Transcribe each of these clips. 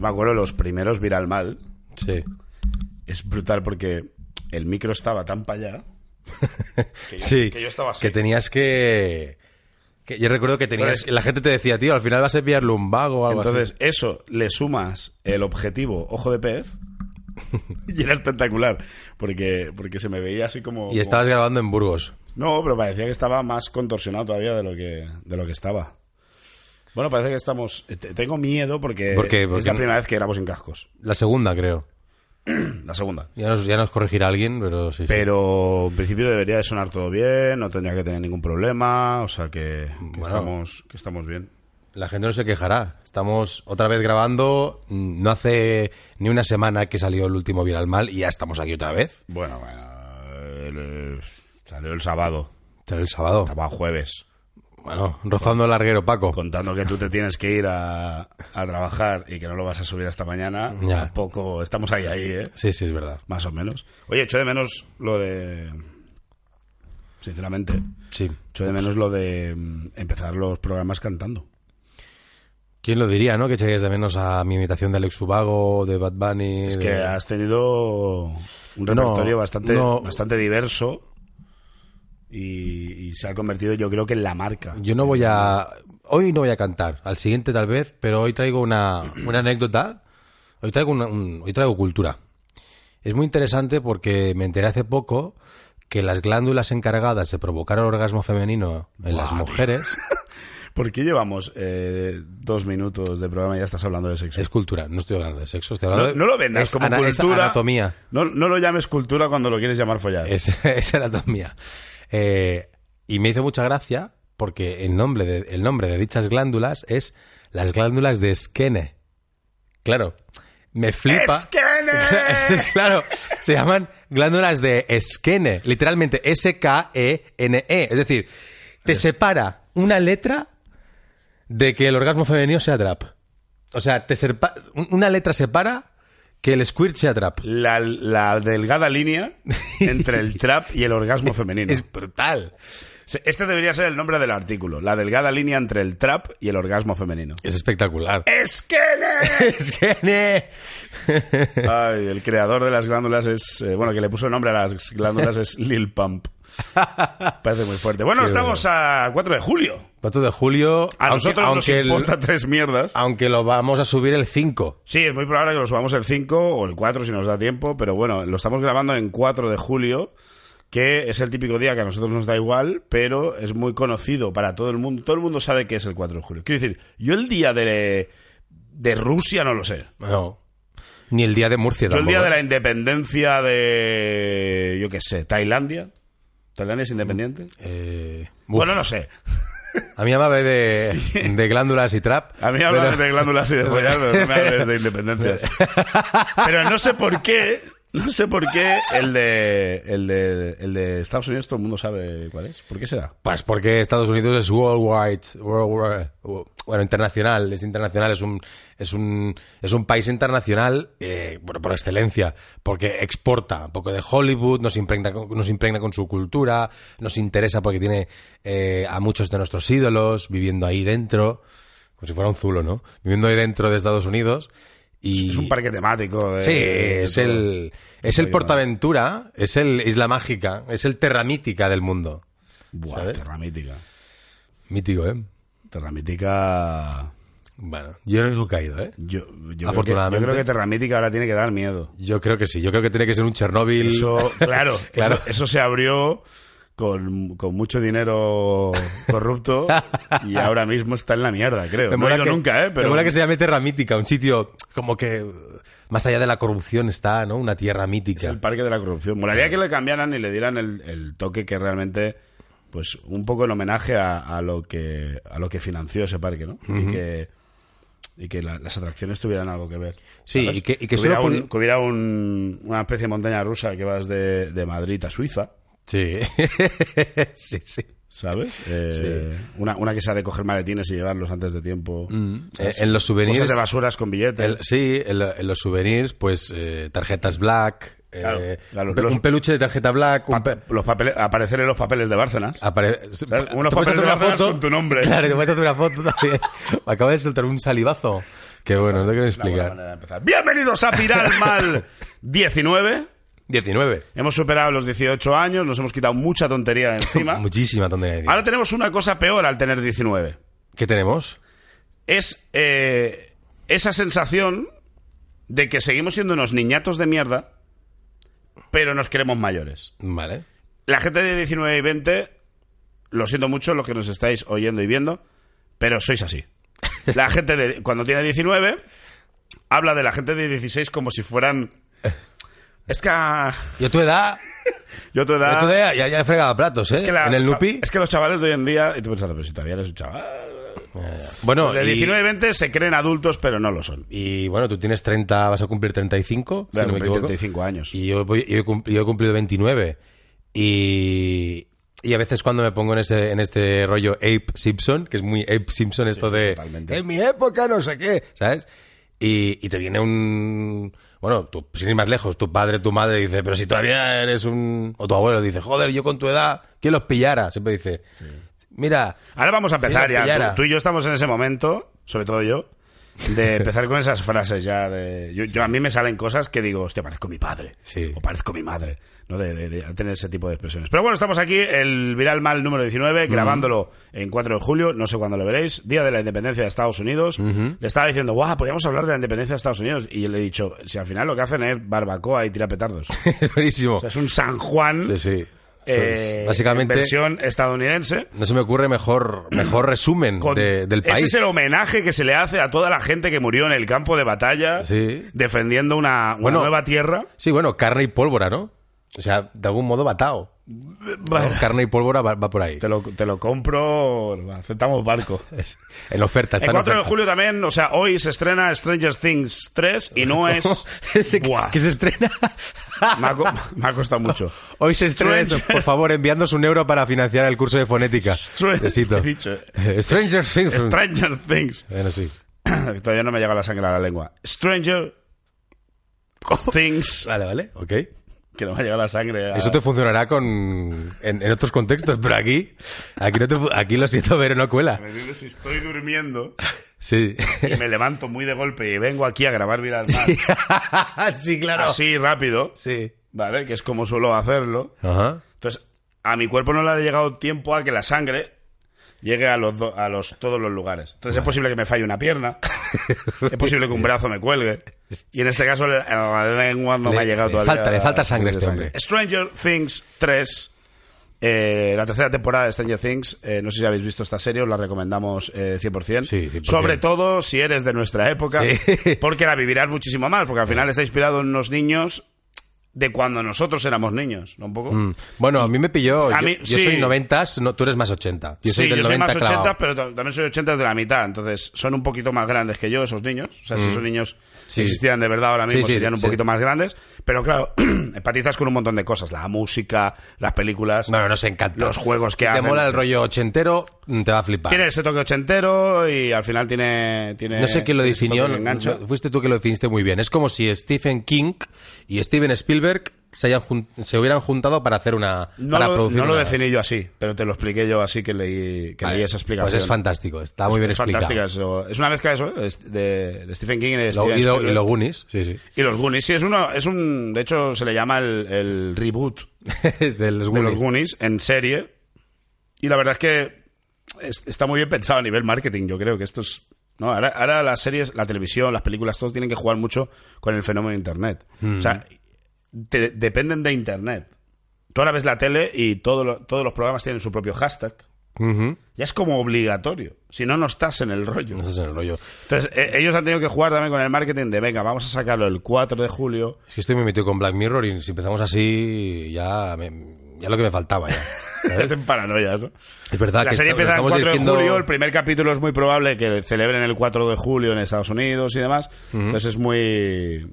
Me acuerdo los primeros Viral Mal. Sí. Es brutal porque el micro estaba tan para allá que yo, sí. que yo estaba así. Que tenías que... que yo recuerdo que tenías... Entonces- la gente te decía, tío, al final vas a enviarle un vago o algo Entonces, eso le sumas el objetivo ojo de pez y era espectacular porque, porque se me veía así como. así. Y como- estabas grabando en Burgos. No, pero parecía que estaba más contorsionado todavía de lo que, de lo que estaba. Bueno, parece que estamos. eh, te- Tengo miedo porque, ¿Por qué? es Porque la no- primera vez que grabo sin cascos. La segunda, creo. La segunda. Ya nos, ya nos corregirá alguien, pero sí. sí. Pero en principio debería de sonar todo bien, no tendría que tener ningún problema, o sea que, que Bueno. estamos, que estamos bien. La gente no se quejará. Estamos otra vez grabando. mm, No hace ni una semana que salió el último Viral Mal y ya estamos aquí otra vez. Bueno, bueno, el- el- salió el sábado, Pero el sábado. estaba jueves. Bueno, rozando el larguero, Paco. Contando que tú te tienes que ir a, a trabajar y que no lo vas a subir hasta mañana, Ya. un poco estamos ahí, ahí, ¿eh? Sí, sí, es verdad. Más o menos. Oye, echo de menos lo de... Sinceramente, Sí. echo de menos lo de mm, empezar los programas cantando. ¿Quién lo diría, no? Que echáis de menos a mi imitación de Alex Ubago, de Bad Bunny. Es de- que has tenido un No, repertorio bastante, no. bastante diverso y, y se ha convertido yo creo que en la marca. Yo no voy a. Hoy no voy a cantar, al siguiente tal vez, pero hoy traigo una, una anécdota. Hoy traigo, una- un- hoy traigo cultura. Es muy interesante porque me enteré hace poco que las glándulas encargadas de provocar el orgasmo femenino en las mujeres ¿Por qué llevamos eh, dos minutos de programa y ya estás hablando de sexo? es cultura. No estoy hablando de sexo, estoy hablando No, no lo de, vendas es como ana- es cultura. anatomía. No, no lo llames cultura cuando lo quieres llamar follar. Es, es anatomía. Eh, y me hizo mucha gracia porque el nombre, de, el nombre de dichas glándulas es las glándulas de Skene. Claro, me flipa. ¡Esquene! Es claro, se llaman glándulas de Skene, literalmente S-K-E-N-E. E. Es decir, te separa una letra de que el orgasmo femenino sea trap. O sea, te serpa- un- una letra separa que el squirt sea trap. La, la delgada línea entre el trap y el orgasmo femenino. Es brutal. Se- Este debería ser el nombre del artículo. La delgada línea entre el trap y el orgasmo femenino. Es espectacular. ¡Esquene! Skene. Ay, el creador de las glándulas es. eh, bueno, que le puso el nombre a las glándulas es Lil Pump. Parece muy fuerte. Bueno, estamos a 4 de julio. 4 de julio. A nosotros nos el- importa tres mierdas. aunque lo vamos a subir el 5. Sí, es muy probable que lo subamos el 5 o el 4 si nos da tiempo, pero bueno, lo estamos grabando en 4 de julio, que es el típico día que a nosotros nos da igual, pero es muy conocido para todo el mundo. Todo el mundo sabe que es el 4 de julio. Quiero decir, yo el día de, de Rusia no lo sé. Bueno, ni el día de Murcia Yo el tampoco. día de la independencia de, yo qué sé, Tailandia. ¿Tailandia es independiente? Eh, uf, Bueno, no sé. A mí me de, Sí. de glándulas y trap. A mí hablan pero- de glándulas y de follar, pero no me hables de independencias. Pero no sé por qué, no sé por qué el de, el de, el de Estados Unidos todo el mundo sabe cuál es. ¿Por qué será? Pues porque Estados Unidos es worldwide, worldwide, bueno, internacional, es internacional, es un, es un, es un país internacional eh, bueno, por excelencia, porque exporta un poco de Hollywood, nos impregna, con- nos impregna con su cultura, nos interesa porque tiene eh, a muchos de nuestros ídolos viviendo ahí dentro, como si fuera un zulo, ¿no? Viviendo ahí dentro de Estados Unidos. Y Es un parque temático. de- Sí, de es todo. el, es el Portaventura, es el Isla Mágica, es el Terra Mítica del mundo. Buah, ¿sabes? Terra Mítica. Mítico, ¿eh? Terra Mítica. Bueno, yo no he caído, ¿eh? Yo, yo, creo que, yo Afortunadamente. creo que Terra Mítica ahora tiene que dar miedo. Yo creo que sí, yo creo que tiene que ser un Chernóbil. Eso, claro, Claro. Eso, eso se abrió con, con mucho dinero corrupto y ahora mismo está en la mierda, creo. No he mola ido que- nunca, ¿eh? me Pero mola que se llame Terra Mítica, un sitio como que uh, más allá de la corrupción está, ¿no? Una tierra es mítica. el parque de la corrupción. Molaría que le cambiaran y le dieran el, el toque que realmente, pues un poco en homenaje a, a lo que a lo que financió ese parque, ¿no? Y que y que la- las atracciones tuvieran algo que ver. Sí, ¿sabes? y que- y que hubiera, solo un- poni- que hubiera un- una especie de montaña rusa que vas de, de Madrid a Suiza, Sí. sí, sí. ¿sabes? Eh, una, una que sea de coger maletines y llevarlos antes de tiempo. Eh, En los souvenirs. Cosas de basuras con billetes. el- sí, en, lo- en los souvenirs, pues eh, tarjetas black, eh, Claro, claro, un, pe- los- un peluche de tarjeta black, un pe- Pa- los papeles, aparecer en los papeles de Bárcenas. Apare- ¿Sabes? Unos Te puedes papeles hacer de una Bárcenas con tu nombre. Claro, te puedes hacer una foto también. Me acaba de soltar un salivazo. Que bueno, no te quiero Una buena explicar. manera de empezar. Bienvenidos a Piral Mal 19. 19. Hemos superado los 18 años, nos hemos quitado mucha tontería de encima. Muchísima tontería. Ahora tenemos una cosa peor al tener 19. ¿Qué tenemos? Es eh, esa sensación de que seguimos siendo unos niñatos de mierda, pero nos queremos mayores. Vale. La gente de 19 y 20, lo siento mucho los que nos estáis oyendo y viendo, pero sois así. La gente de cuando tiene 19 habla de la gente de 16 como si fueran es que ah, Yo a tu edad, yo a tu yo a tu edad edad ya, ya he fregado platos, ¿eh? Ah. es que la- en el cha- Nupi. es que los chavales de hoy en día y tú pensando, pero si todavía eres un chaval. Bueno, Los de y- 19 y 20 se creen adultos pero no lo son. Y bueno, tú tienes 30, vas a cumplir 35, si Voy a no me cumplir equivoco. 35 años. Y yo, voy- yo he cum- yo he cumplido 29. Y, y a veces cuando me pongo en, ese, en este rollo Ape Simpson, que es muy Ape Simpson esto Sí, sí, de... totalmente. En mi época no sé qué, ¿sabes? Y, y te viene un... Bueno, tú, sin ir más lejos, tu padre, tu madre dice, pero si todavía eres un... O tu abuelo dice, joder, yo con tu edad, ¿quién los pillara? Siempre dice, mira, Ahora vamos a Sí, empezar la ya. pillara. Tú, tú y yo estamos en ese momento, sobre todo yo, de empezar con esas frases ya. De, yo, yo- a mí me salen cosas que digo, hostia, parezco mi padre. Sí. O parezco mi madre. ¿no? De, de- de tener ese tipo de expresiones. Pero bueno, estamos aquí, el Viral Mal número 19, grabándolo en 4 de julio, no sé cuándo lo veréis, Día de la Independencia de Estados Unidos. Le estaba diciendo, guau, podríamos hablar de la independencia de Estados Unidos. Y yo le he dicho, si al final lo que hacen es barbacoa y tira petardos. O es buenísimo. sea, es un San Juan. Sí, sí. eh, Básicamente... en versión estadounidense. No se me ocurre mejor, mejor resumen Con- de- del país. Ese es el homenaje que se le hace a toda la gente que murió en el campo de batalla Sí. defendiendo una, una Bueno, nueva tierra. Sí, bueno, carne y pólvora, ¿no? O sea, de algún modo batao. Carne y pólvora va, va por ahí. Te lo, te lo compro, aceptamos barco. En oferta. Está El 4 en de oferta. julio también, o sea, hoy se estrena Stranger Things 3 y no es... Ese que, Buah, que se estrena. me, ha, co- me ha costado mucho. Hoy se estrena. Stranger- eso. Por favor, enviadnos un euro para financiar el curso de fonética. Stranger- Besito. Eh, he dicho. Stranger Things. Stranger Things. Bueno, sí. Todavía no me llega la sangre a la lengua. Stranger Things. Vale, vale. Ok. Que no me ha llegado la sangre. a- Eso te funcionará con en, en otros contextos, pero aquí, aquí, no te fu- aquí lo siento, pero no cuela. ¿Me entiendes? Si estoy durmiendo... Sí. y me levanto muy de golpe y vengo aquí a grabar Viral Mal sí, claro. así rápido, Sí. ¿vale? Que es como suelo hacerlo. Ajá. Entonces, a mi cuerpo no le ha llegado tiempo a que la sangre llegue a los do- a los todos los lugares. Entonces es posible que me falle una pierna, es posible que un brazo me cuelgue. Y en este caso la- la lengua no Le- me ha llegado le todavía. falta- le falta la- sangre a este hombre. Stranger Things 3. eh, la tercera temporada de Stranger Things, eh, no sé si habéis visto esta serie, os la recomendamos eh, 100%. Sí, 100%. Sobre todo si eres de nuestra época, Sí. porque la vivirás muchísimo más, porque al final está inspirado en unos niños de cuando nosotros éramos niños, ¿no? Un poco. Mm. Bueno, a mí me pilló. A yo mí- yo sí. soy 90, no, tú eres más 80. Yo soy sí, del yo soy 90 más 80, clavado. pero ta- también soy 80 de la mitad. Entonces, son un poquito más grandes que yo esos niños. O sea, si esos niños Mm. Sí. existieran de verdad ahora mismo, Sí, sí, serían un sí. poquito más grandes. Pero claro, empatizas con un montón de cosas. La música, las películas. Bueno, nos encanta. Los juegos que Si hacen. Te mola el rollo ochentero, mm, te va a flipar. Tiene ese toque ochentero y al final tiene... tiene No sé quién lo tiene ese definió, toque que engancha. no- fuiste tú que lo definiste muy bien. Es como si Stephen King y Steven Spielberg se, hayan jun- se hubieran juntado para hacer una. No, para lo, producir no lo una- definí yo así, pero te lo expliqué yo así que leí, que Vale, leí esa explicación. Pues es fantástico, está muy bien Es explicado. fantástica eso. Es una mezcla de eso, de, de Stephen King y de Lo- Steven y, lo- y Spielberg. los Goonies, sí, sí. Y los Goonies, sí, es uno, es un, de hecho se le llama el, el reboot de los de los Goonies. Goonies en serie. Y la verdad es que es- está muy bien pensado a nivel marketing, yo creo que esto es... No, ahora, ahora las series, la televisión, las películas, todo tienen que jugar mucho con el fenómeno de Internet. O sea, te- dependen de Internet. Tú ahora ves la tele y todo lo- todos los programas tienen su propio hashtag. Ujú. Ya es como obligatorio. Si no, no estás en el rollo. No estás en el rollo. Entonces, eh, ellos han tenido que jugar también con el marketing de, venga, vamos a sacarlo el 4 de julio. Es que estoy muy metido con Black Mirror y si empezamos así, ya, me- ya lo que me faltaba. Ya. ¿sabes? Hacen paranoias, ¿no? Es verdad La que serie esto- empieza el estamos 4 diciendo- de julio, el primer capítulo es muy probable que celebren el 4 de julio en Estados Unidos y demás. Entonces es muy... eh,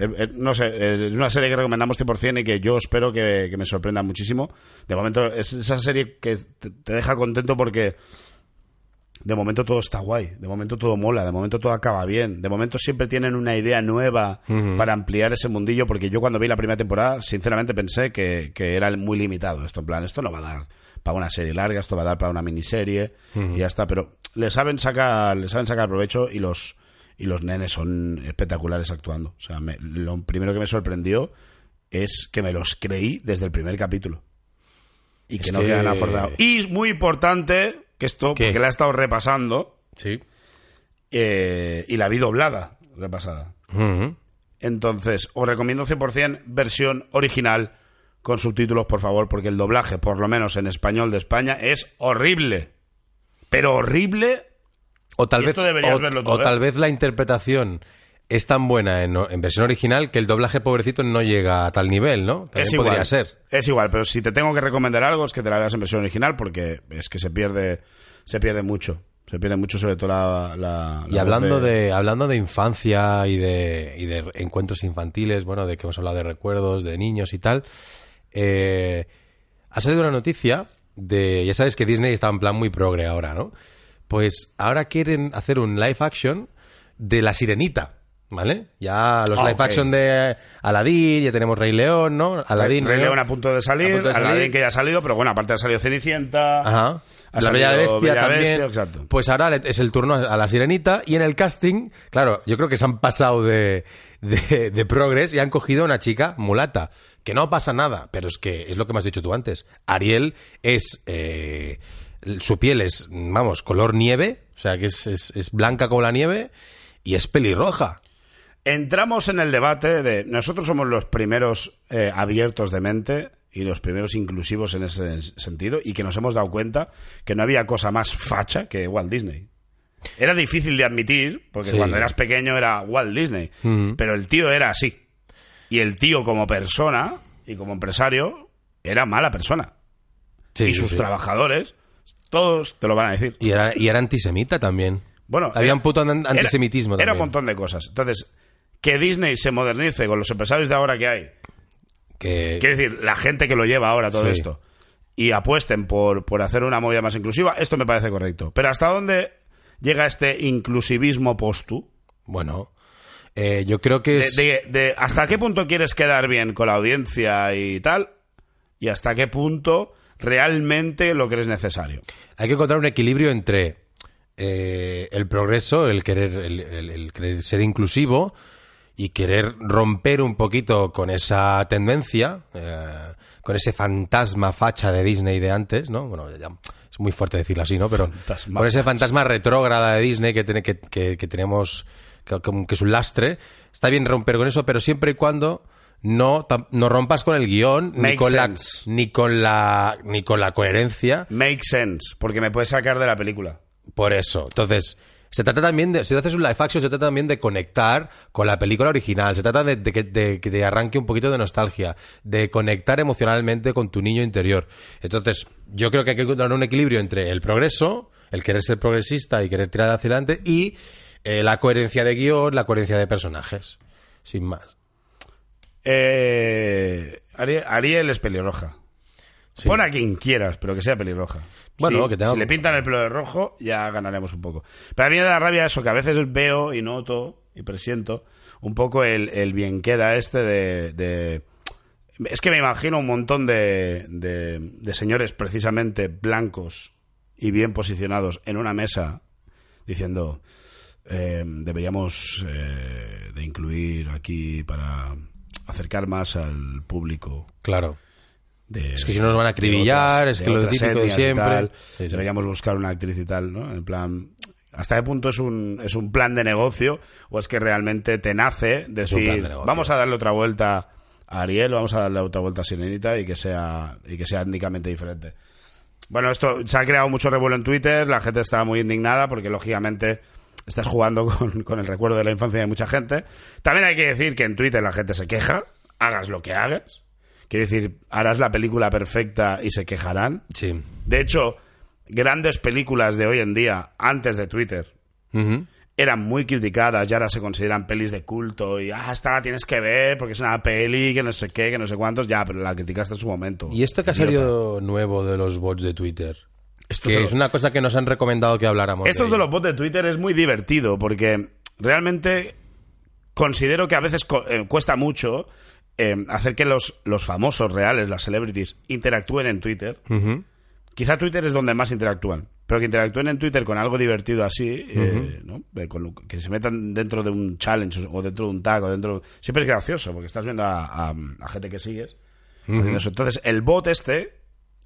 eh, No sé, eh, es una serie que recomendamos 100% y que yo espero que, que me sorprenda muchísimo. De momento es esa serie que te te deja contento porque de momento todo está guay, de momento todo mola, de momento todo acaba bien, de momento siempre tienen una idea nueva para ampliar ese mundillo, porque yo cuando vi la primera temporada, sinceramente pensé que, que era muy limitado esto, en plan, esto no va a dar para una serie larga, esto va a dar para una miniserie y ya está, pero le saben sacar, le saben sacar provecho y los y los nenes son espectaculares actuando. O sea, me- lo primero que me sorprendió es que me los creí desde el primer capítulo. Y que Es no que- quedan aforzados. Y muy importante, que esto, ¿Qué? porque la he estado repasando, Sí. eh, y la vi doblada, repasada. Ujú. Entonces, os recomiendo 100% versión original con subtítulos, por favor, porque el doblaje, por lo menos en español de España, es horrible. Pero horrible. O tal Y vez, esto deberías o- verlo tú, o ¿eh? tal vez la interpretación es tan buena en, en versión original que el doblaje pobrecito no llega a tal nivel, ¿no? También es podría igual. ser. Es igual, pero si te tengo que recomendar algo es que te la veas en versión original porque es que se pierde, se pierde mucho. Se pierde mucho, sobre todo la. la- la Y hablando voz de, hablando de infancia y de, y de encuentros infantiles, bueno, de que hemos hablado de recuerdos, de niños y tal, eh, ha salido una noticia de, ya sabes que Disney está en plan muy progre ahora, ¿no? Pues ahora quieren hacer un live action de La Sirenita, ¿vale? Ya los Ah, live ok. action de Aladdin, ya tenemos Rey León, ¿no? Aladdin, Rey León. León a punto de salir, ¿eh? A punto de salir. Aladdin que ya ha salido, pero bueno, aparte ha salido Cenicienta. Ajá. Ha la Bella salido Bestia Bella también. Bestia, exacto. Pues ahora le- es el turno a la Sirenita. Y en el casting, claro, yo creo que se han pasado de, de, de progres y han cogido a una chica mulata. Que no pasa nada, pero es que es lo que me has dicho tú antes. Ariel es. eh, su piel es, vamos, color nieve. O sea, que es, es- es blanca como la nieve. Y es pelirroja. Entramos en el debate de nosotros somos los primeros eh, abiertos de mente y los primeros inclusivos en ese sentido y que nos hemos dado cuenta que no había cosa más facha que Walt Disney. Era difícil de admitir porque Sí. cuando eras pequeño era Walt Disney, pero el tío era así. Y el tío como persona y como empresario era mala persona. Sí, y sus sí. trabajadores todos te lo van a decir. Y era, y era antisemita también. Bueno, había era- un puto an- Era- antisemitismo Era, también. un montón de cosas. Entonces, que Disney se modernice con los empresarios de ahora que hay, que, quiere decir, la gente que lo lleva ahora todo Sí. esto, y apuesten por, por hacer una movida más inclusiva, esto me parece correcto. Pero ¿hasta dónde llega este inclusivismo postu? Bueno, eh, yo creo que De, es. de- de ¿Hasta qué punto quieres quedar bien con la audiencia y tal? ¿Y hasta qué punto realmente lo crees necesario? Hay que encontrar un equilibrio entre eh, el progreso, el querer, el, el- el querer ser inclusivo y querer romper un poquito con esa tendencia, eh, con ese fantasma facha de Disney de antes, ¿no? Bueno, ya- es muy fuerte decirlo así, ¿no? Pero Fantasma con ese fantasma retrógrada de Disney que, tiene, que, que- que tenemos, que, que- que es un lastre, está bien romper con eso, pero siempre y cuando no, tam- no rompas con el guión, ni Makes con, la, sense. ni, con la, ni con la coherencia. Make sense, porque me puedes sacar de la película. Por eso. Entonces, se trata también de. Si haces un live action, se trata también de conectar con la película original. Se trata de, de que de que te arranque un poquito de nostalgia. De conectar emocionalmente con tu niño interior. Entonces, yo creo que hay que encontrar un equilibrio entre el progreso, el querer ser progresista y querer tirar hacia adelante, y eh, la coherencia de guión, la coherencia de personajes. Sin más. Eh, Ariel, Ariel es pelirroja. Sí. Pon a quien quieras, pero que sea pelirroja. Bueno, si, que tenga- si le pintan el pelo de rojo, ya ganaremos un poco. Pero a mí me da rabia eso, que a veces veo y noto y presiento un poco el, el bien queda este de, de- Es que me imagino un montón de, de- de señores precisamente blancos y bien posicionados en una mesa diciendo... eh, deberíamos eh, de incluir aquí para acercar más al público Claro. de- Es que si no nos van a de acribillar, otras- es de que lo otras típico de etnias y siempre. tal. Sí, sí. Deberíamos buscar una actriz y tal, ¿no? En plan, ¿hasta qué punto es un, es un plan de negocio o es que realmente te nace un plan de decir, negocio. vamos a darle otra vuelta a Ariel, vamos a darle otra vuelta a Sirenita y que sea, y que sea étnicamente diferente? Bueno, esto se ha creado mucho revuelo en Twitter, la gente está muy indignada porque lógicamente estás jugando con, con el recuerdo de la infancia de mucha gente. También hay que decir que en Twitter la gente se queja, hagas lo que hagas. Quiero decir, harás la película perfecta y se quejarán. Sí. De hecho, grandes películas de hoy en día, antes de Twitter, Ujú. eran muy criticadas y ahora se consideran pelis de culto y ah, esta la tienes que ver porque es una peli que no sé qué, que no sé cuántos, ya, pero la criticaste en su momento. Y esto que ha idiota. salido nuevo de los bots de Twitter, Esto que te lo- es una cosa que nos han recomendado que habláramos. Esto de ello. los bots de Twitter es muy divertido porque realmente considero que a veces co- eh, cuesta mucho eh, hacer que los, los famosos reales, las celebrities, interactúen en Twitter. Ujú. Quizá Twitter es donde más interactúan, pero que interactúen en Twitter con algo divertido así, eh, ¿no? Eh, con lo- que se metan dentro de un challenge o dentro de un tag o dentro... Siempre es gracioso porque estás viendo a, a- a gente que sigues. haciendo eso. Entonces, el bot este...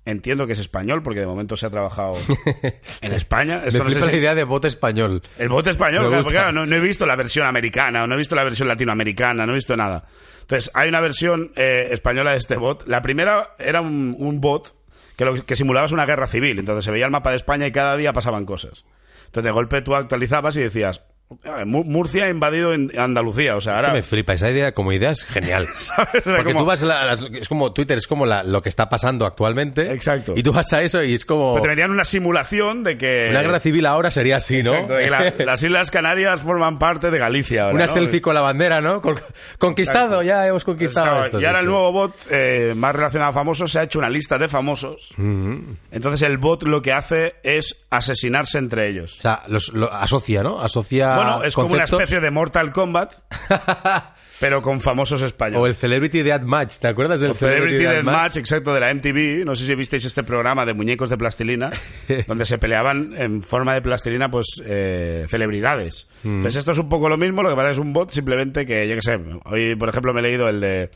Entiendo que es español porque de momento se ha trabajado en España. Me Esto no sé flipa si- la idea de bot español. el bote español, Me claro, gusta. porque, claro, no, no he visto la versión americana, o no he visto la versión latinoamericana, no he visto nada. Entonces, hay una versión eh, española de este bot. La primera era un, un bot que, lo, que simulabas una guerra civil. Entonces, se veía el mapa de España y cada día pasaban cosas. Entonces, de golpe tú actualizabas y decías, "Ah, "Mu- Murcia ha invadido en- Andalucía. O sea, ahora... Me flipa esa idea, como idea es genial. ¿sabes? Era Porque como- tú vas a la- a las- es como Twitter, es como la- lo que está pasando actualmente. Exacto. Y tú vas a eso y es como pero te metían una simulación de que... una guerra civil ahora sería así, ¿no? Exacto, de que la- las Islas Canarias forman parte de Galicia. ahora, una ¿no? selfie con la bandera, ¿no? Con- Conquistado, ya hemos conquistado Estaba- esto, y sí, ahora el sí. nuevo bot, eh, más relacionado a famosos, se ha hecho una lista de famosos. Mm-hmm. Entonces el bot lo que hace es asesinarse entre ellos. O sea, los- lo asocia, ¿no? Asocia bueno, es como una conceptos. especie de Mortal Kombat, pero con famosos españoles. O el Celebrity Deathmatch, ¿te acuerdas del O Celebrity Deathmatch? Deathmatch, exacto, de la MTV. No sé si visteis este programa de muñecos de plastilina, donde se peleaban en forma de plastilina, pues, eh, celebridades. Mm. Entonces, esto es un poco lo mismo, lo que pasa es un bot, simplemente que, yo qué sé, hoy, por ejemplo, me he leído el de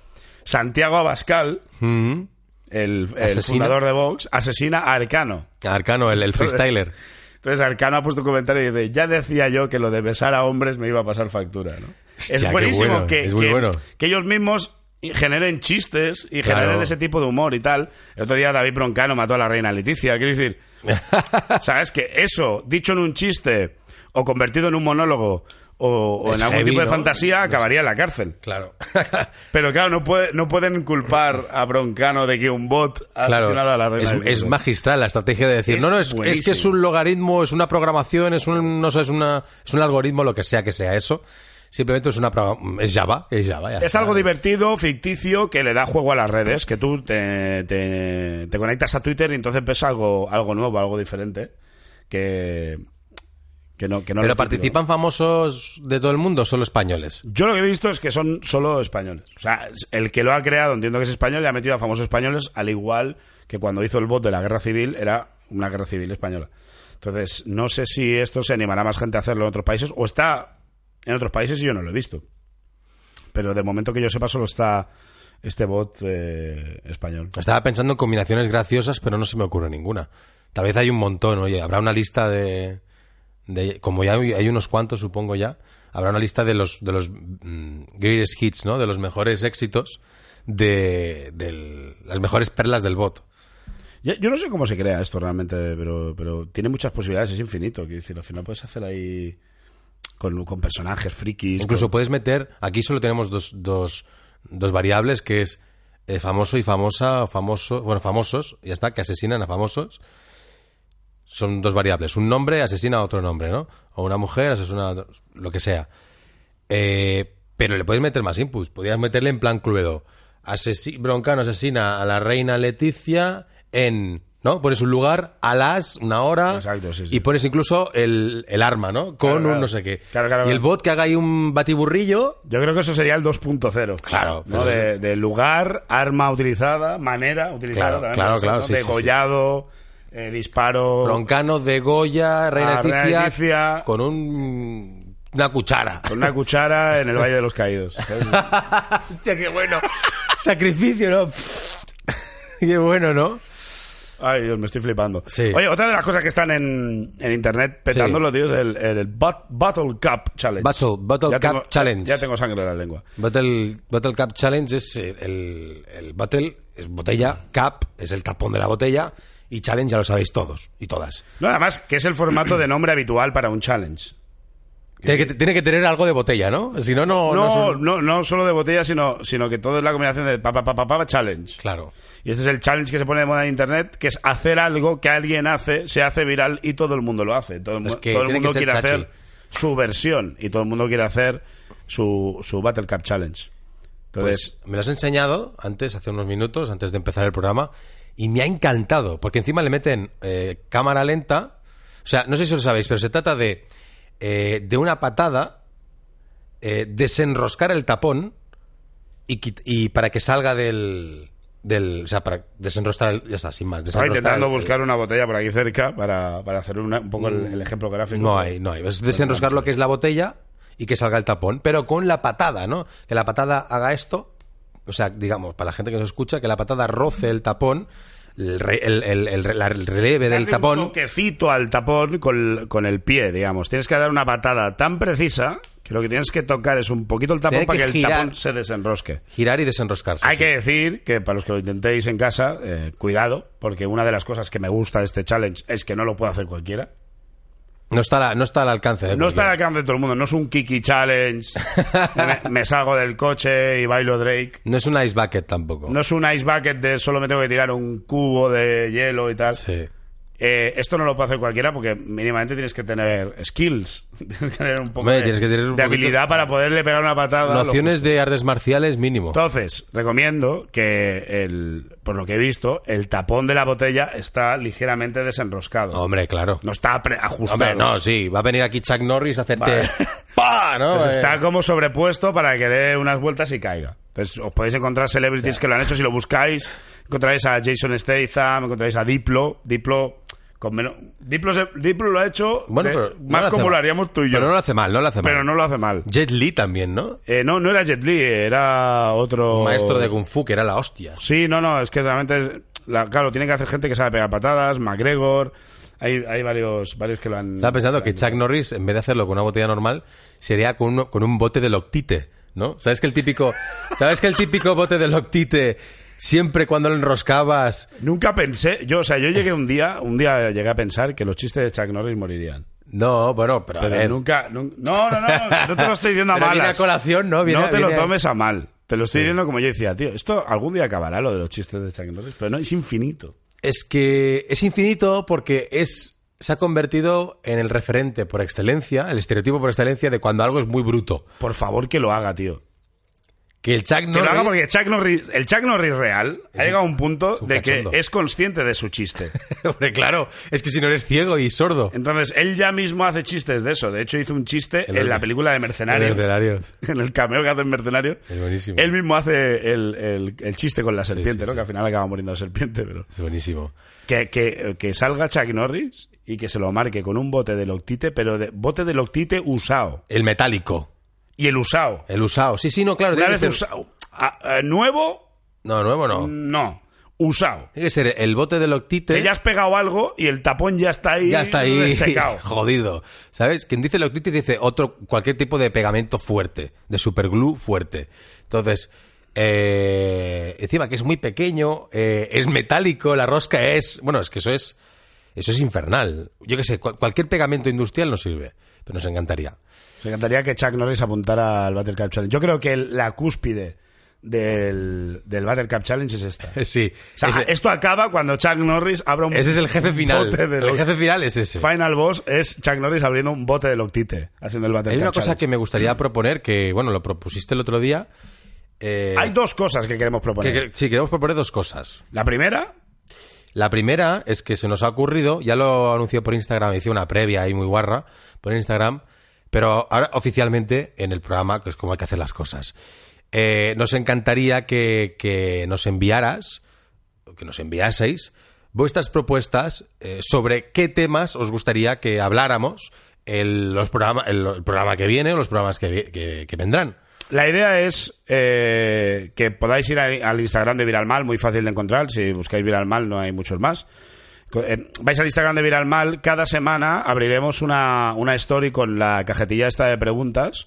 Santiago Abascal, Mm. el, el Asesina. fundador de Vox, asesina a Arcano. Arcano, el, el freestyler. Entonces Arcano ha puesto un comentario y dice, ya decía yo que lo de besar a hombres me iba a pasar factura. ¿no? Hostia, es qué buenísimo bueno, que, es muy que- bueno. que ellos mismos generen chistes y Claro. generen ese tipo de humor y tal. El otro día David Broncano mató a la reina Leticia. Quiero decir, ¿sabes? Que eso, dicho en un chiste o convertido en un monólogo o, o Es en algún heavy, tipo de ¿no? fantasía, acabaría en la cárcel. Claro. Pero claro, no, puede, no pueden culpar a Broncano de que un bot ha asesinado a la claro. reina Es, Leticia. es magistral la estrategia de decir, Es no, no, es, es que buenísimo. es un logaritmo, es una programación, es un, no sé, es, una, es un algoritmo, lo que sea que sea eso. Simplemente es una programa- es Java, es Java. ya Es está. algo divertido, ficticio, que le da juego a las redes, que tú te, te- te conectas a Twitter y entonces ves algo, algo nuevo, algo diferente, que, que no, que no lo Pero típico. participan famosos de todo el mundo, solo españoles. Yo lo que he visto es que son solo españoles. O sea, el que lo ha creado entiendo que es español y ha metido a famosos españoles, al igual que cuando hizo el bot de la guerra civil era una guerra civil española. Entonces, no sé si esto se animará más gente a hacerlo en otros países o está en otros países y yo no lo he visto. Pero de momento que yo sepa solo está este bot eh, español. Estaba pensando en combinaciones graciosas, pero no se me ocurre ninguna. Tal vez hay un montón, oye, habrá una lista de... de- como ya hay hay unos cuantos, supongo ya, habrá una lista de los, de los mm, greatest hits, ¿no? De los mejores éxitos, de del- las mejores perlas del bot. Yo, yo no sé cómo se crea esto realmente, pero, pero tiene muchas posibilidades, es infinito. Quiero decir, al final puedes hacer ahí con, con personajes frikis. Incluso puedes meter, aquí solo tenemos dos, dos, dos variables, que es eh, famoso y famosa, o famoso, bueno, famosos, ya está, que asesinan a famosos. Son dos variables, un nombre asesina a otro nombre, ¿no? O una mujer asesina a otro, lo que sea. Eh, pero le puedes meter más inputs, podrías meterle en plan Cluedo. Asesi- Broncano asesina a la reina Leticia en... ¿No? Pones un lugar a las, una hora. Exacto, sí, sí. Y pones incluso el, el arma, ¿no? Con un claro. no sé qué. Claro, claro, y el claro. bot que haga ahí un batiburrillo. Yo creo que eso sería el 2.0. Claro, pues ¿no? pero De, de lugar, arma utilizada, manera utilizada. Claro, claro, puede ser, claro, ¿no? sí, sí, sí. Degollado, eh, disparo. Broncano de Goya, Reina Ah, Reina Leticia, Leticia. con un, una cuchara. Con una cuchara en el Valle de los Caídos. ¿sabes? Hostia, qué bueno. Sacrificio, ¿no? qué bueno, ¿no? Ay, Dios, me estoy flipando. Sí. Oye, otra de las cosas que están en, en internet petándolo, tío, es el, el Bat- Battle Cup Challenge. Battle- Battle Cup tengo- Challenge. Ya tengo sangre en la lengua. Battle, Battle Cup Challenge es eh, el, el Battle, es botella, Cup, es el tapón de la botella, y Challenge ya lo sabéis todos y todas. No, además, que es el formato de nombre habitual para un challenge. Tiene que, tiene que tener algo de botella, ¿no? Si no, no. no No, es un- no, no solo de botella, sino, sino que todo es la combinación de pa, pa, pa, pa, pa, challenge. Claro. Y este es el challenge que se pone de moda en internet, que es hacer algo que alguien hace, se hace viral y todo el mundo lo hace. Todo el, mu- Es que todo el tiene que mundo ser quiere chachi. hacer su versión y todo el mundo quiere hacer su, su Battle Cup Challenge. Entonces, Pues me lo has enseñado antes, hace unos minutos, antes de empezar el programa, y me ha encantado, porque encima le meten eh, cámara lenta. O sea, no sé si lo sabéis, pero se trata de, eh, de una patada, eh, desenroscar el tapón y, quit- y para que salga del, del. O sea, para desenroscar el. Ya está, sin más. estaba desenroscar intentando el- buscar una botella por aquí cerca para, para hacer una- un poco el, el ejemplo gráfico. Mm, No hay, no hay. Es desenroscar lo que es la botella y que salga el tapón, pero con la patada, ¿no? Que la patada haga esto, o sea, digamos, para la gente que nos escucha, que la patada roce el tapón, el, re- el- el- el- la- el relieve del Darle Un tapón. toquecito al tapón con, con el pie, digamos. Tienes que dar una patada tan precisa que lo que tienes que tocar es un poquito el tapón Tiene para que que, el girar. tapón se desenrosque. Girar y desenroscarse. Hay sí. que decir que para los que lo intentéis en casa, eh, cuidado, porque una de las cosas que me gusta de este challenge es que no lo puede hacer cualquiera. No, está la- no está al alcance ¿eh? de No está al cualquiera. alcance de todo el mundo, no es un Kiki Challenge, me, me salgo del coche y bailo Drake. No es un ice bucket tampoco. No es un ice bucket de solo me tengo que tirar un cubo de hielo y tal. Sí. Eh, esto no lo puede hacer cualquiera porque mínimamente tienes que tener skills. Tienes que tener un poco Hombre, de, tienes que tener un de poquito- habilidad para poderle pegar una patada. a lo Nociones de artes marciales mínimo. Entonces, recomiendo que, el, por lo que he visto, el tapón de la botella está ligeramente desenroscado. Hombre, claro. No está pre- ajustado. Hombre, no, sí. Va a venir aquí Chuck Norris a hacerte... ¡Pa! ¿no? Entonces, Eh, está como sobrepuesto para que dé unas vueltas y caiga. Entonces, os podéis encontrar celebrities que lo han hecho. Si lo buscáis, encontraréis a Jason Statham, encontraréis a Diplo. Diplo con menos... Diplo, se- Diplo lo ha hecho Bueno, de- pero no más hace como mal. lo haríamos tú y yo. Pero no lo hace mal, no lo hace mal. pero no lo hace mal. Jet Li también, ¿no? Eh, no, no era Jet Li, era otro... Maestro de Kung Fu, que era la hostia. Sí, no, no, es que realmente... es- la- claro, tiene que hacer gente que sabe pegar patadas, McGregor... Hay, hay varios, varios que lo han... Estaba pensando lo que han- Chuck Norris, en vez de hacerlo con una botella normal, sería con, uno- con un bote de Loctite, ¿no? ¿Sabes que el típico, ¿sabes que el típico bote de Loctite, siempre cuando lo enroscabas, Nunca pensé... Yo, o sea, yo llegué un día... Un día llegué a pensar que los chistes de Chuck Norris morirían. no, bueno, pero, a Pero ver. nunca, nun- No, no, no, no te lo estoy diciendo a Pero viene malas. a colación, ¿no? Viene- te viene lo a- tomes a mal. Te lo estoy diciendo como yo decía, tío, esto algún día acabará lo de los chistes de Chuck Norris, pero no, es infinito. Es que es infinito porque es, se ha convertido en el referente por excelencia, el estereotipo por excelencia de cuando algo es muy bruto. Por favor que lo haga, tío. Que el Chuck Que Norris... lo haga porque Chuck Norris, el Chuck Norris real ha llegado a un punto un de que cachondo. es consciente de su chiste. Hombre, claro, es que si no eres ciego y sordo. Entonces, él ya mismo hace chistes de eso. De hecho, hizo un chiste El en la otro. película de Mercenarios. Mercenarios. En el cameo que hace en Mercenarios. Es buenísimo. Él mismo hace el, el- el chiste con la serpiente, sí, ¿no? sí. Que al final acaba muriendo la serpiente, pero... Es buenísimo. Que, que, que salga Chuck Norris y que se lo marque con un bote de Loctite, pero de, bote de Loctite usado. El metálico. Y el usado. El usado. Sí, sí, no, claro. Una tiene que vez ser- usado. a- a- nuevo, No, nuevo no. no. Usado. Tiene que ser el bote de Loctite. Que ya has pegado algo y el tapón ya está ahí. ya está ahí Secado. jodido. ¿Sabes? Quien dice Loctite dice otro cualquier tipo de pegamento fuerte, de superglue fuerte. Entonces, eh, encima que es muy pequeño, eh, es metálico, la rosca es. Bueno, es que eso es. Eso es infernal. Yo qué sé, cual- cualquier pegamento industrial nos sirve. Pero nos encantaría. Me encantaría que Chuck Norris apuntara al Battle Cup Challenge. Yo creo que el- la cúspide del, del Battle Cup Challenge es esta. O Sí. sea, ah, ese, esto acaba cuando Chuck Norris abra un ese es el jefe final. bote de El Loctite. jefe final es ese. Final Boss es Chuck Norris abriendo un bote de Loctite haciendo el Battle Hay Cup una cosa Challenge. que me gustaría proponer, que bueno, lo propusiste el otro día. eh, Hay dos cosas que queremos que- proponer. que- sí, queremos proponer dos cosas. La primera, La primera es que se nos ha ocurrido, ya lo anunció por Instagram, hice una previa ahí muy guarra por Instagram, pero ahora oficialmente en el programa, que es como hay que hacer las cosas. Eh, nos encantaría que, que nos enviaras, o que nos enviaseis, vuestras propuestas eh, sobre qué temas os gustaría que habláramos el, los programa, el, el programa que viene o los programas que vi- que- que vendrán. la idea es eh, que podáis ir a- al Instagram de Viral Mal, muy fácil de encontrar. Si buscáis Viral Mal, no hay muchos más. Co- eh, vais al Instagram de Viral Mal, cada semana abriremos una, una story con la cajetilla esta de preguntas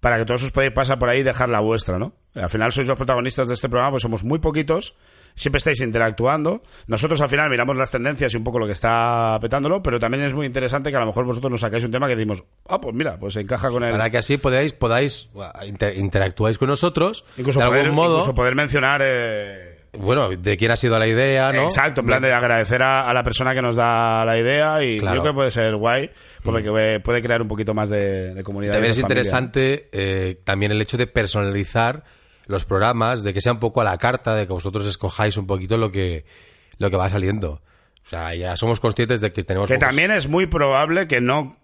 para que todos os podáis pasar por ahí y dejar la vuestra, ¿no? Al final sois los protagonistas de este programa, pues somos muy poquitos, siempre estáis interactuando. Nosotros al final miramos las tendencias y un poco lo que está petándolo, pero también es muy interesante que a lo mejor vosotros nos sacáis un tema que decimos, ah, pues mira, pues encaja con el... Para que así podáis, podáis inter- interactuáis con nosotros. Incluso, de algún poder, modo. incluso poder mencionar... eh, Bueno, de quién ha sido la idea, Ah, ¿no? Exacto, en plan de agradecer a, a la persona que nos da la idea y Claro. Mm. creo que puede ser guay, porque que puede crear un poquito más de, de comunidad. y También de es familia. interesante eh, también el hecho de personalizar los programas, de que sea un poco a la carta, de que vosotros escojáis un poquito lo que, lo que va saliendo. O sea, ya somos conscientes de que tenemos... Que pocos- también es muy probable que no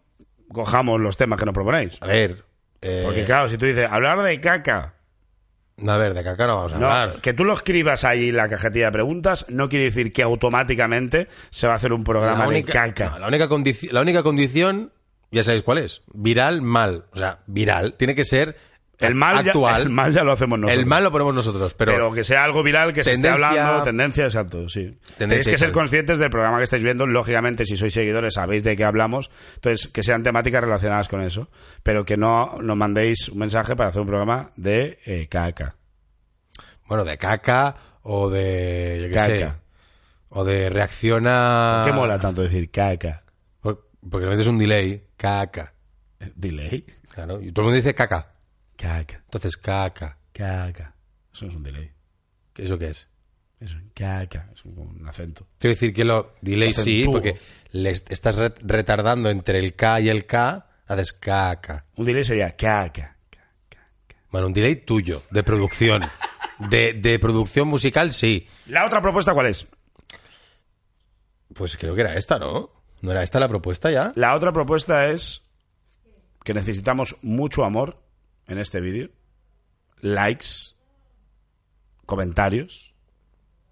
cojamos los temas que nos proponéis. A ver... eh, Porque claro, si tú dices, hablar de caca, A ver, de caca no vamos a no, hablar. que tú lo escribas ahí en la cajetilla de preguntas, no quiere decir que automáticamente se va a hacer un programa de caca. no, la, única condici- la única condición, ya sabéis cuál es. Viral, mal. O sea, viral. Tiene que ser el, mal ya, actual. el mal ya lo hacemos El nosotros. mal lo ponemos nosotros, pero... pero, que sea algo viral que se esté Tendencia- hablando, tendencia, exacto, sí. Tenéis que exacto. ser conscientes del programa que estáis viendo, lógicamente si sois seguidores sabéis de qué hablamos, entonces que sean temáticas relacionadas con eso, pero que no nos mandéis un mensaje para hacer un programa de eh, caca. Bueno, de caca o de... Yo qué Caca. sé. O de reacciona... ¿Qué mola tanto decir caca? Por- Porque le metes un delay. Caca. Eh, ¿Delay? Claro. Y todo el mundo dice caca. Caca, Entonces, caca. caca. Eso es un delay. ¿Qué- ¿Eso qué es? Eso es un caca, es un, un acento. Quiero decir que lo delay Hacen sí, tubo. porque le est- estás re- retardando entre el K y el K, haces caca. Un delay sería caca. Bueno, un delay tuyo, de producción. De, de producción musical, sí. ¿La otra propuesta cuál es? Pues creo que era esta, ¿no? ¿No era esta la propuesta ya? La otra propuesta es que necesitamos mucho amor en este vídeo. Likes, comentarios,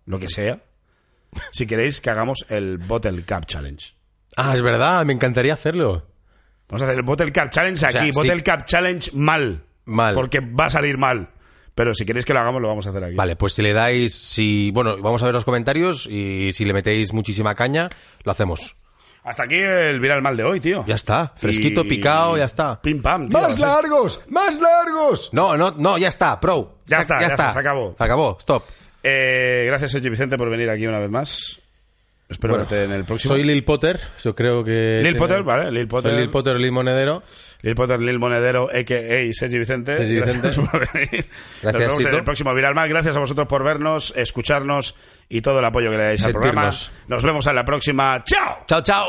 lo que sea. Si queréis que hagamos el Bottle Cup Challenge. Ah, es verdad, me encantaría hacerlo. Vamos a hacer el Bottle Cup Challenge sea, aquí. sí. Bottle Cup Challenge mal. Mal. Porque va a salir mal. Pero si queréis que lo hagamos, lo vamos a hacer aquí. Vale, pues si le dais, si, bueno, vamos a ver los comentarios y si le metéis muchísima caña, lo hacemos. Hasta aquí el viral mal de hoy, tío. Ya está, fresquito, Y- picado, ya está. Pim pam, tío. O sea, es- largos! ¡Más largos! No, no, no, ya está, pro. Ya Se- está, ya está, se acabó. Se acabó, stop. Eh, gracias, Sergi Vicente, por venir aquí una vez más. Espero Bueno, verte en el próximo. Soy Lil Potter, yo creo que... Lil Potter, vale, Lil Potter. Soy Lil Potter, Lil Monedero. Lil Potter, Lil Monedero, a.k.a. Sergi Vicente. Sergi Vicente. Gracias por venir. Nos Gracias, vemos en Sito. el próximo Viral Mal. Gracias a vosotros por vernos, escucharnos y todo el apoyo que le dais al programa. Sentirnos. Nos vemos en la próxima. ¡Chao! Chao, chao.